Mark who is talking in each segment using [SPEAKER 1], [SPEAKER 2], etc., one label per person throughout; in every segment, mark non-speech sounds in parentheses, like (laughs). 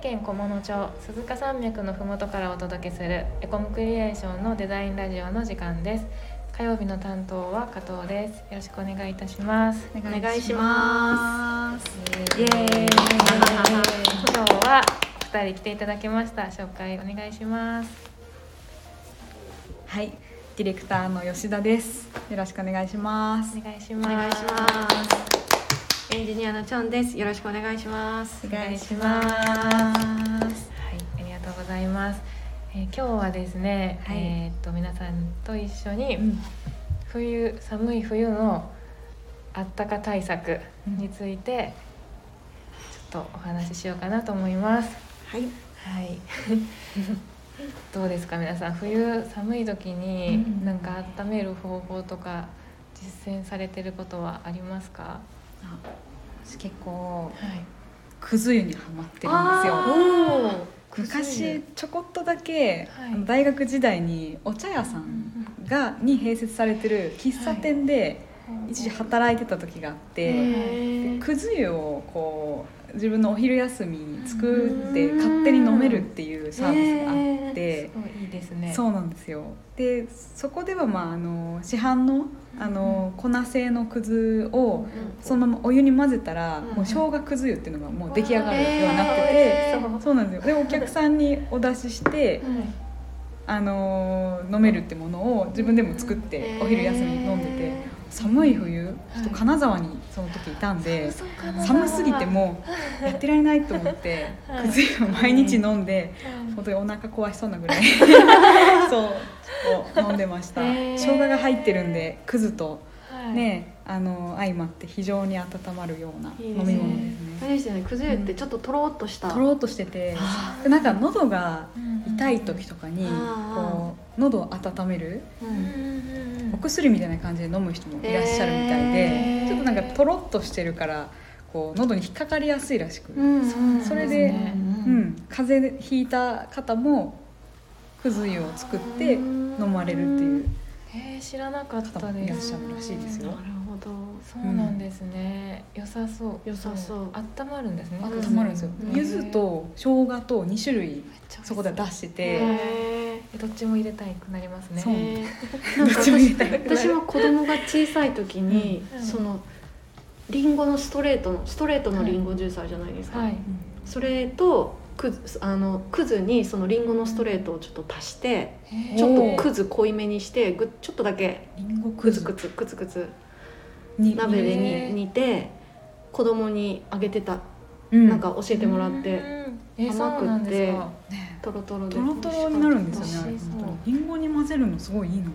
[SPEAKER 1] 県小物町鈴鹿山脈のふもとからお届けするエコムクリエーションのデザインラジオの時間です火曜日の担当は加藤ですよろしくお願いいたします
[SPEAKER 2] お願いします
[SPEAKER 1] イエーイ今日は2人来ていただきました紹介お願いします
[SPEAKER 3] (laughs) はい、ディレクターの吉田です。よろしくお願いします
[SPEAKER 1] お。願いし
[SPEAKER 2] お
[SPEAKER 1] ます
[SPEAKER 2] 願いしますエンジニアのチョンですよろしくお願いします
[SPEAKER 3] お
[SPEAKER 1] 願いし
[SPEAKER 3] 願
[SPEAKER 1] ます
[SPEAKER 3] いします。
[SPEAKER 1] はい、ありがとうございます。えー今日はですね、
[SPEAKER 3] はい
[SPEAKER 1] えーっと皆さんと一緒に、
[SPEAKER 3] ん
[SPEAKER 1] 冬寒い冬のあったか対策についてちょっとお話ししようかなと思います。
[SPEAKER 2] はい
[SPEAKER 1] はい。どうですか皆さん冬寒い時
[SPEAKER 3] う
[SPEAKER 1] に
[SPEAKER 3] ん
[SPEAKER 1] なんか温める方法とか実践されてることはありますか？
[SPEAKER 3] あ私結構
[SPEAKER 1] はい。
[SPEAKER 3] くず湯にハマってるんで
[SPEAKER 1] おお。
[SPEAKER 3] すよ。昔ちょこっとだけ、
[SPEAKER 1] はい
[SPEAKER 3] あの大学時代にお茶屋さんがに併設されてる喫茶店で一時働いてた時があって、
[SPEAKER 2] へー
[SPEAKER 3] くず湯をこう自分のお昼休みに作って勝手に飲めるっていうサービスがあって。
[SPEAKER 1] すごいいいですね。
[SPEAKER 3] そうなんですよでそこでは、まあ、あの市販のあの粉製のくずをそのままお湯に混ぜたら、
[SPEAKER 2] うん
[SPEAKER 3] もう生姜くず湯っていうのがもう出来上がる
[SPEAKER 2] えー
[SPEAKER 3] ようになってて、
[SPEAKER 2] えー
[SPEAKER 3] そうなんですよでお客さんにお出しして、
[SPEAKER 1] はい
[SPEAKER 3] あの飲めるってものを自分でも作って、お昼休みに飲んでて、
[SPEAKER 2] え
[SPEAKER 3] 寒い冬ちょっと金沢にその時いたんで、寒すぎてもうやってられないと思って、
[SPEAKER 1] はい
[SPEAKER 3] くず湯を毎日飲んで。
[SPEAKER 1] うん
[SPEAKER 3] 本当にお腹壊しそうなぐ
[SPEAKER 2] (laughs)
[SPEAKER 3] らいそうちょっと飲んでました、
[SPEAKER 2] へー
[SPEAKER 3] 生姜が入ってるんでくずと
[SPEAKER 1] はい
[SPEAKER 3] ね、あの相まって非常に温まるようない
[SPEAKER 2] い
[SPEAKER 3] 飲
[SPEAKER 2] ですね
[SPEAKER 3] み物です
[SPEAKER 2] あ
[SPEAKER 3] ね
[SPEAKER 2] れですよねくず湯ってちょっととろっとした
[SPEAKER 3] とろーっとしてて
[SPEAKER 2] あ
[SPEAKER 3] なんか喉が
[SPEAKER 1] うん
[SPEAKER 3] 痛い時とかに
[SPEAKER 2] あー
[SPEAKER 3] こう喉を温める
[SPEAKER 2] う
[SPEAKER 1] うんうん
[SPEAKER 2] ん
[SPEAKER 1] うん
[SPEAKER 3] お薬みたいな感じで飲む人もいらっしゃるみたい
[SPEAKER 1] へ
[SPEAKER 3] で
[SPEAKER 1] ー
[SPEAKER 3] ちょっとなんかとろっとしてるからこう喉に引っかかりやすいらしく、
[SPEAKER 2] うんうん
[SPEAKER 3] それ
[SPEAKER 1] で
[SPEAKER 3] うん、風邪ひいた方もくず湯を作って飲まれるっていう
[SPEAKER 1] えー知らなかった
[SPEAKER 3] 方も
[SPEAKER 1] で
[SPEAKER 3] いらっ
[SPEAKER 1] す
[SPEAKER 3] しゃるらしいです
[SPEAKER 2] なる
[SPEAKER 3] よ。
[SPEAKER 2] ほど
[SPEAKER 1] そうなんですね良さそう
[SPEAKER 2] 良さそう
[SPEAKER 1] あったまるんですね
[SPEAKER 3] あとたまるんですよ
[SPEAKER 2] う。ん
[SPEAKER 3] 柚子と生姜と2種類そこでは出して
[SPEAKER 2] へ
[SPEAKER 3] て、
[SPEAKER 2] ー
[SPEAKER 1] どっちも入れたくなりますね
[SPEAKER 3] そう
[SPEAKER 2] へー
[SPEAKER 3] ど
[SPEAKER 2] なん
[SPEAKER 3] っ
[SPEAKER 2] か
[SPEAKER 3] ちも入れたい
[SPEAKER 2] 私は子供が小さい時に、
[SPEAKER 1] うん
[SPEAKER 2] そのリンゴのストレートのストレートのリンゴジュースあるじゃないですか、
[SPEAKER 1] はい
[SPEAKER 2] それとくずあのくずにそのリンゴのストレートをちょっと足して
[SPEAKER 3] うん
[SPEAKER 2] ちょっ
[SPEAKER 3] お
[SPEAKER 2] と
[SPEAKER 3] ー
[SPEAKER 2] くず濃いめにしてぐちょっとだけ
[SPEAKER 3] リンゴ
[SPEAKER 2] く
[SPEAKER 3] くず
[SPEAKER 2] つくつくつくつ
[SPEAKER 3] に
[SPEAKER 2] 鍋で
[SPEAKER 1] へー
[SPEAKER 2] に煮て子供にあげてた
[SPEAKER 3] うん
[SPEAKER 2] なんか教えてもらって
[SPEAKER 1] えー
[SPEAKER 2] 甘くて
[SPEAKER 1] そうなんですか
[SPEAKER 3] ね
[SPEAKER 2] トロトロで
[SPEAKER 3] トロトロになるんですよね
[SPEAKER 1] 美
[SPEAKER 3] あれ
[SPEAKER 1] 味しそう
[SPEAKER 3] 本当に。リンゴに混ぜるのすごいいいの。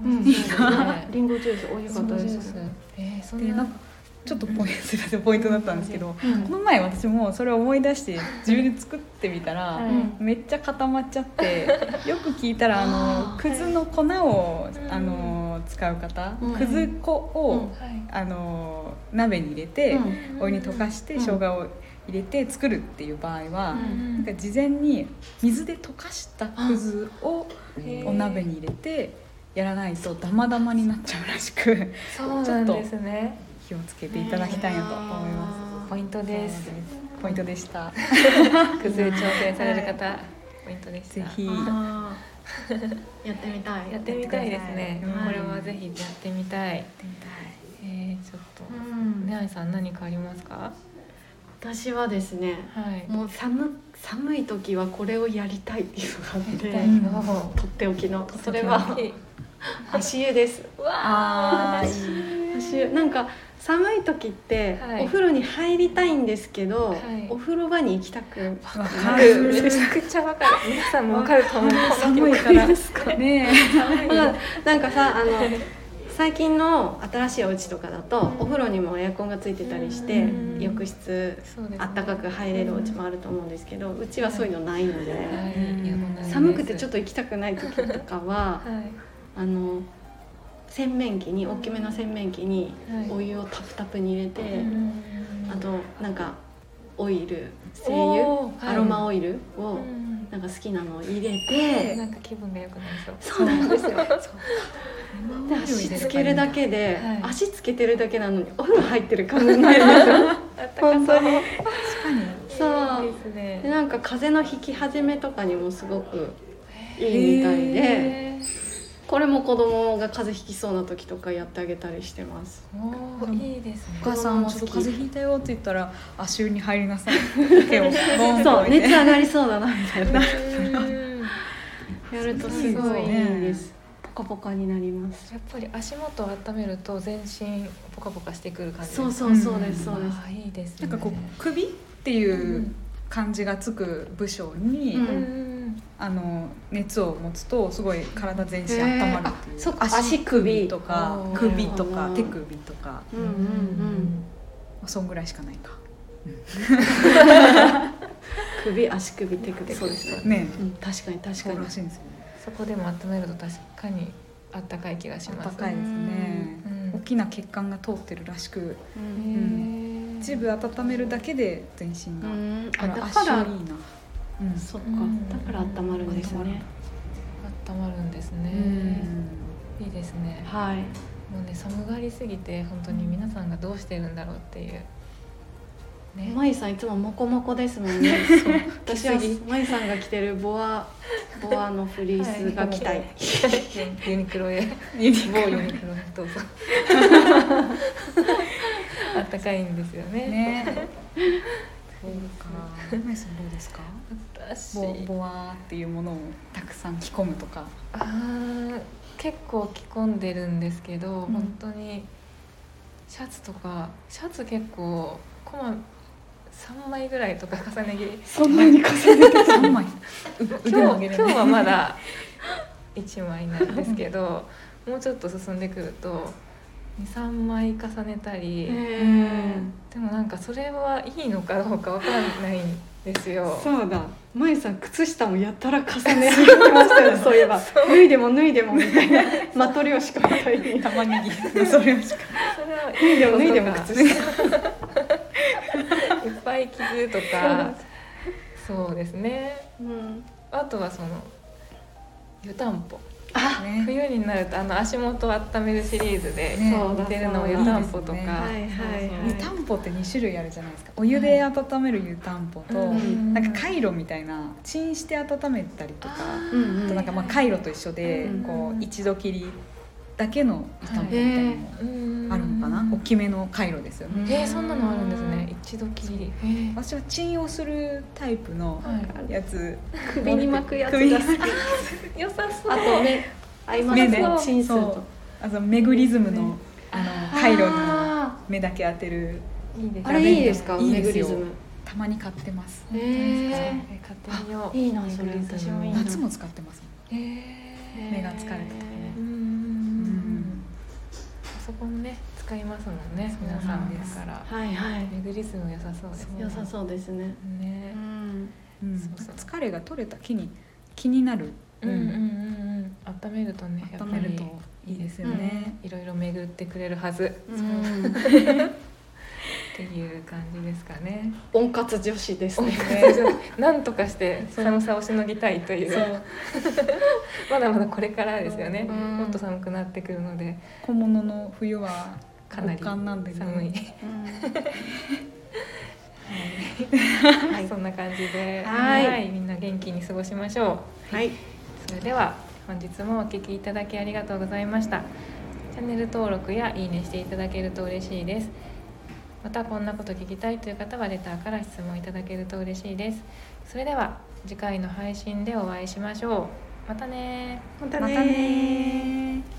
[SPEAKER 2] 美味しいですね
[SPEAKER 1] ね
[SPEAKER 2] リンゴジュース美味しかったですね
[SPEAKER 1] えーそ
[SPEAKER 3] で
[SPEAKER 1] ん
[SPEAKER 3] な
[SPEAKER 1] なん
[SPEAKER 3] かちょっとポイントすいませんポイントだったんですけど、
[SPEAKER 2] うん
[SPEAKER 3] この前私もそれを思い出して自分で作ってみたら。
[SPEAKER 1] はい
[SPEAKER 3] めっちゃ固まっちゃってよく聞いたらあ
[SPEAKER 2] あー
[SPEAKER 3] のくずの粉を
[SPEAKER 1] うん
[SPEAKER 3] あの使う方
[SPEAKER 2] うん
[SPEAKER 3] くず粉を
[SPEAKER 1] はい
[SPEAKER 3] あの鍋に入れて
[SPEAKER 2] うん
[SPEAKER 3] お湯に溶かして
[SPEAKER 2] うん
[SPEAKER 3] 生姜を入れて作るっていう場合は
[SPEAKER 2] うん
[SPEAKER 3] なんか事前に水で溶かしたくずをお鍋に入れてやらないとダマダマになっちゃうらしく
[SPEAKER 1] そうなんですね
[SPEAKER 3] 気をつけていただきたいなと思います。
[SPEAKER 2] あー
[SPEAKER 1] ポイントです
[SPEAKER 3] ポイントでした。
[SPEAKER 1] くず挑戦される方ポイントでした
[SPEAKER 3] ぜひ
[SPEAKER 2] あーやってみたい
[SPEAKER 1] やってみたいですね
[SPEAKER 3] うん
[SPEAKER 1] これはぜひやってみたいえーちょっと
[SPEAKER 2] うん
[SPEAKER 1] ねあいさん何かありますか
[SPEAKER 2] 私はですね
[SPEAKER 1] はい
[SPEAKER 2] もう寒寒い時はこれをやりたいっていうのがあって
[SPEAKER 1] 痛い
[SPEAKER 3] うん
[SPEAKER 1] のを
[SPEAKER 2] とっておきのそれ
[SPEAKER 3] と
[SPEAKER 2] は (laughs) 足湯です
[SPEAKER 1] うわ
[SPEAKER 3] あ
[SPEAKER 1] あ
[SPEAKER 3] ー
[SPEAKER 2] 足湯なんか寒い時って、
[SPEAKER 1] はい
[SPEAKER 2] お風呂に入りたいんですけど、
[SPEAKER 1] はい
[SPEAKER 2] お風呂場に行きたく
[SPEAKER 3] わかる
[SPEAKER 1] めちゃくちゃわかる皆さんもわかると思う
[SPEAKER 3] 寒いから
[SPEAKER 1] (laughs)
[SPEAKER 3] ね
[SPEAKER 2] まあなんかさあの最近の新しいお家とかだと、
[SPEAKER 1] うん
[SPEAKER 2] お風呂にもエアコンがついてたりして、
[SPEAKER 1] うん
[SPEAKER 2] 浴室
[SPEAKER 1] そうです
[SPEAKER 2] あったかく入れるお家もあると思うんですけど、うちはそういうのないので、
[SPEAKER 1] はい
[SPEAKER 2] 寒くてちょっ
[SPEAKER 1] っ
[SPEAKER 2] と行きたくない時とかは
[SPEAKER 1] と、はい
[SPEAKER 2] あの洗面器に大きめの洗面器に
[SPEAKER 1] はい
[SPEAKER 2] お湯をタプタプに入れて、
[SPEAKER 1] うん
[SPEAKER 2] あとなんかオイル精油
[SPEAKER 1] おーはい
[SPEAKER 2] アロマオイルを
[SPEAKER 1] うん
[SPEAKER 2] なんか好きなのを入れて、
[SPEAKER 1] なんか気分が良くなりそう
[SPEAKER 2] そうなんですよ
[SPEAKER 3] オイルを入れればいいんだ
[SPEAKER 2] で足つけるだけで、
[SPEAKER 1] はい
[SPEAKER 2] 足つけてるだけなのにお風呂入ってる感じになるんですよ
[SPEAKER 1] あったかそう
[SPEAKER 2] 本当に
[SPEAKER 1] (laughs)
[SPEAKER 3] 確かに
[SPEAKER 2] そう
[SPEAKER 1] ですね
[SPEAKER 2] でなんか風の引き始めとかにもすごくいいみたいで
[SPEAKER 1] へー
[SPEAKER 2] これも子供が風邪ひきそうな時とかやってあげたりしてます
[SPEAKER 1] おーいいですね
[SPEAKER 3] お母さんもそう風邪ひいたよって言ったら足湯に入りな
[SPEAKER 2] (laughs)
[SPEAKER 3] さい手をボンと
[SPEAKER 2] そ
[SPEAKER 3] 置
[SPEAKER 2] う
[SPEAKER 3] いて
[SPEAKER 2] 熱上がりそうだなみたいな
[SPEAKER 1] うん
[SPEAKER 2] やるとすごいいいですポカポカになります
[SPEAKER 1] やっぱり足元を温めると全身ポカポカしてくる感じ
[SPEAKER 2] そう
[SPEAKER 1] う
[SPEAKER 2] そうそうですそうです
[SPEAKER 1] あーいいです
[SPEAKER 3] な
[SPEAKER 1] ね
[SPEAKER 3] んかこう首っていう感じがつく部署に、
[SPEAKER 2] うん
[SPEAKER 1] うん
[SPEAKER 3] あの熱を持つとすごい体全身
[SPEAKER 2] へ
[SPEAKER 3] 温
[SPEAKER 2] ー
[SPEAKER 3] まるっていう
[SPEAKER 2] あそっか足首
[SPEAKER 3] とか
[SPEAKER 1] おー
[SPEAKER 3] 首と
[SPEAKER 2] う
[SPEAKER 3] か
[SPEAKER 2] ん
[SPEAKER 3] 手首とか
[SPEAKER 2] うんうんうん
[SPEAKER 3] そんぐらいしかないか
[SPEAKER 2] 首足首手首そうですね、
[SPEAKER 3] ね
[SPEAKER 2] うん、確かに確
[SPEAKER 3] そ
[SPEAKER 2] か
[SPEAKER 3] う
[SPEAKER 2] に
[SPEAKER 3] らしいんですよね
[SPEAKER 1] そこでも温めると確かにあったかい気がします
[SPEAKER 3] 暖かいですね
[SPEAKER 1] うん
[SPEAKER 3] 大きな血管が通ってるらしく
[SPEAKER 2] う
[SPEAKER 1] へ
[SPEAKER 2] ん
[SPEAKER 1] ー
[SPEAKER 3] 一部温めるだけで全身が、
[SPEAKER 2] うんあ
[SPEAKER 3] あら
[SPEAKER 2] だか
[SPEAKER 3] 足
[SPEAKER 2] ら
[SPEAKER 3] 湯いいな、うん
[SPEAKER 2] そっか
[SPEAKER 1] うん
[SPEAKER 2] だから温まるんですね
[SPEAKER 1] 温まるんですねいいですね
[SPEAKER 2] はい
[SPEAKER 1] もうね寒がりすぎて本当に皆さんがどうしてるんだろうっていうね
[SPEAKER 2] まいさんいつもモコモコですもん (laughs) ね。私は
[SPEAKER 1] 着すぎ
[SPEAKER 2] まいさんが着てるボアボアのフリースが着たい。
[SPEAKER 1] ユニクロへ
[SPEAKER 3] ユニク
[SPEAKER 1] 某ユニクロへ (laughs) どうぞあったかいんですよね
[SPEAKER 3] ロね (laughs) そうかマイさんどうですか
[SPEAKER 1] 私
[SPEAKER 3] ボボワーっていうものをたくさん着込む
[SPEAKER 1] (laughs)
[SPEAKER 3] とか
[SPEAKER 1] あー結構着込んでるんですけど、
[SPEAKER 3] うん
[SPEAKER 1] 本当にシャツとかシャツ結構こま3枚ぐらいとか重ね着
[SPEAKER 2] そんなに重ねて
[SPEAKER 3] 3枚う (laughs) 腕
[SPEAKER 1] 今
[SPEAKER 3] 曲
[SPEAKER 1] 日
[SPEAKER 3] げれ
[SPEAKER 1] 今
[SPEAKER 3] ない
[SPEAKER 1] 日はまだ1枚なんですけ
[SPEAKER 3] (laughs)
[SPEAKER 1] どもうちょっと進んでくると23枚重ねたり、でもなんかそれはいいのかどうかわかんないんです
[SPEAKER 3] (laughs)
[SPEAKER 1] よ。
[SPEAKER 2] そうだ。まいさん靴下もやたら重 (laughs) ねてましたよね。そういえば脱いでも脱いでもみた (laughs) いなマトリョーシカみたいに。
[SPEAKER 3] たまに着るそれをしか
[SPEAKER 1] それはい
[SPEAKER 2] 脱いでも脱いでも
[SPEAKER 1] ことか
[SPEAKER 2] 靴
[SPEAKER 1] い
[SPEAKER 2] 下。
[SPEAKER 1] っぱい着るとかそうですね
[SPEAKER 2] うん。
[SPEAKER 1] あとはその湯たんぽ
[SPEAKER 2] あ、
[SPEAKER 3] ね
[SPEAKER 1] 冬になるとあの足元を温めるシリーズで
[SPEAKER 3] ね
[SPEAKER 2] そう
[SPEAKER 1] 似
[SPEAKER 2] だ。
[SPEAKER 1] てる
[SPEAKER 2] そ
[SPEAKER 1] の
[SPEAKER 2] う
[SPEAKER 1] 湯
[SPEAKER 2] だ
[SPEAKER 1] たんぽとか、
[SPEAKER 3] いいですね
[SPEAKER 2] はいはいはい
[SPEAKER 3] 湯たんぽって2種類あるじゃないですかお湯で温める湯たんぽと、
[SPEAKER 1] うん
[SPEAKER 3] なんかカイロみたいなチンして温めたりとか
[SPEAKER 1] あー
[SPEAKER 3] あ
[SPEAKER 2] うんうん
[SPEAKER 3] となんかまあカイロと一緒で、
[SPEAKER 2] うん
[SPEAKER 3] こう一度きりだけの湯たんぽみたいなのも
[SPEAKER 1] うん
[SPEAKER 3] あるのかな、大きめのカイロですよね、
[SPEAKER 1] えー、そんなのあるんですね一度きりへー
[SPEAKER 3] 私はチンをするタイプの
[SPEAKER 1] は
[SPEAKER 3] やつ
[SPEAKER 2] 首に巻くやつ
[SPEAKER 3] 首に
[SPEAKER 2] が好き。
[SPEAKER 1] い、良さそう
[SPEAKER 2] あと目合います
[SPEAKER 3] 目
[SPEAKER 2] ね
[SPEAKER 3] で。
[SPEAKER 2] チンする
[SPEAKER 3] そう
[SPEAKER 2] と。
[SPEAKER 3] あのメグリズムのあのカイロに
[SPEAKER 2] あ
[SPEAKER 3] 目だけ当てる
[SPEAKER 1] いいで
[SPEAKER 2] ー
[SPEAKER 1] す
[SPEAKER 2] あ
[SPEAKER 1] ね
[SPEAKER 2] れいいですか？
[SPEAKER 3] いい
[SPEAKER 2] メ
[SPEAKER 3] で
[SPEAKER 2] グ
[SPEAKER 3] す
[SPEAKER 2] リ
[SPEAKER 3] よ
[SPEAKER 2] ズム。
[SPEAKER 3] たまに買ってます
[SPEAKER 2] へ
[SPEAKER 1] え
[SPEAKER 2] ー
[SPEAKER 1] ー、買ってみよう
[SPEAKER 2] いいなそれ
[SPEAKER 1] メグリズム
[SPEAKER 2] 私もいいな
[SPEAKER 3] 夏も使ってます
[SPEAKER 1] へー
[SPEAKER 3] 目が疲れた時ね
[SPEAKER 1] うんうんうんうんパソコンね使いますもんね
[SPEAKER 3] そう
[SPEAKER 1] 皆
[SPEAKER 3] な
[SPEAKER 1] さん
[SPEAKER 3] ん
[SPEAKER 1] で
[SPEAKER 3] です
[SPEAKER 1] すから
[SPEAKER 2] はいはい
[SPEAKER 1] メグリズム良さそうですね
[SPEAKER 2] 良さそうですねう
[SPEAKER 1] ね、
[SPEAKER 2] ん
[SPEAKER 3] うん
[SPEAKER 1] そうそう
[SPEAKER 3] 疲れが取れた気に気になる、
[SPEAKER 1] うん、うんうんうん温めるとねやっ
[SPEAKER 3] 温
[SPEAKER 1] ぱ
[SPEAKER 3] める
[SPEAKER 1] り
[SPEAKER 3] といいですよね、
[SPEAKER 1] いろいろ巡ってくれるはずっ
[SPEAKER 2] うん
[SPEAKER 1] ていう感じですかね。
[SPEAKER 2] (laughs) 温活女子ですね
[SPEAKER 1] なんとかして寒さをしのぎたいという
[SPEAKER 3] そう
[SPEAKER 1] まだまだこれからですよね。
[SPEAKER 2] うん
[SPEAKER 1] もっと寒くなってくるので
[SPEAKER 3] 小物の冬は
[SPEAKER 1] かなり
[SPEAKER 3] 極寒なんでね
[SPEAKER 1] 寒い。
[SPEAKER 2] うん
[SPEAKER 1] は、
[SPEAKER 2] はい
[SPEAKER 1] (laughs)
[SPEAKER 2] い
[SPEAKER 1] そんな感じで、
[SPEAKER 2] はい
[SPEAKER 1] みんな元気に過ごしましょ
[SPEAKER 2] (laughs) はい、
[SPEAKER 1] う。それでは本日もお聞きいただきありがとうございました。チャンネル登録やいいねしていただけると嬉しいです。またこんなこと聞きたいという方はレターから質問いただけると嬉しいです。それでは次回の配信でお会いしましょう。またね
[SPEAKER 2] ま
[SPEAKER 3] またねー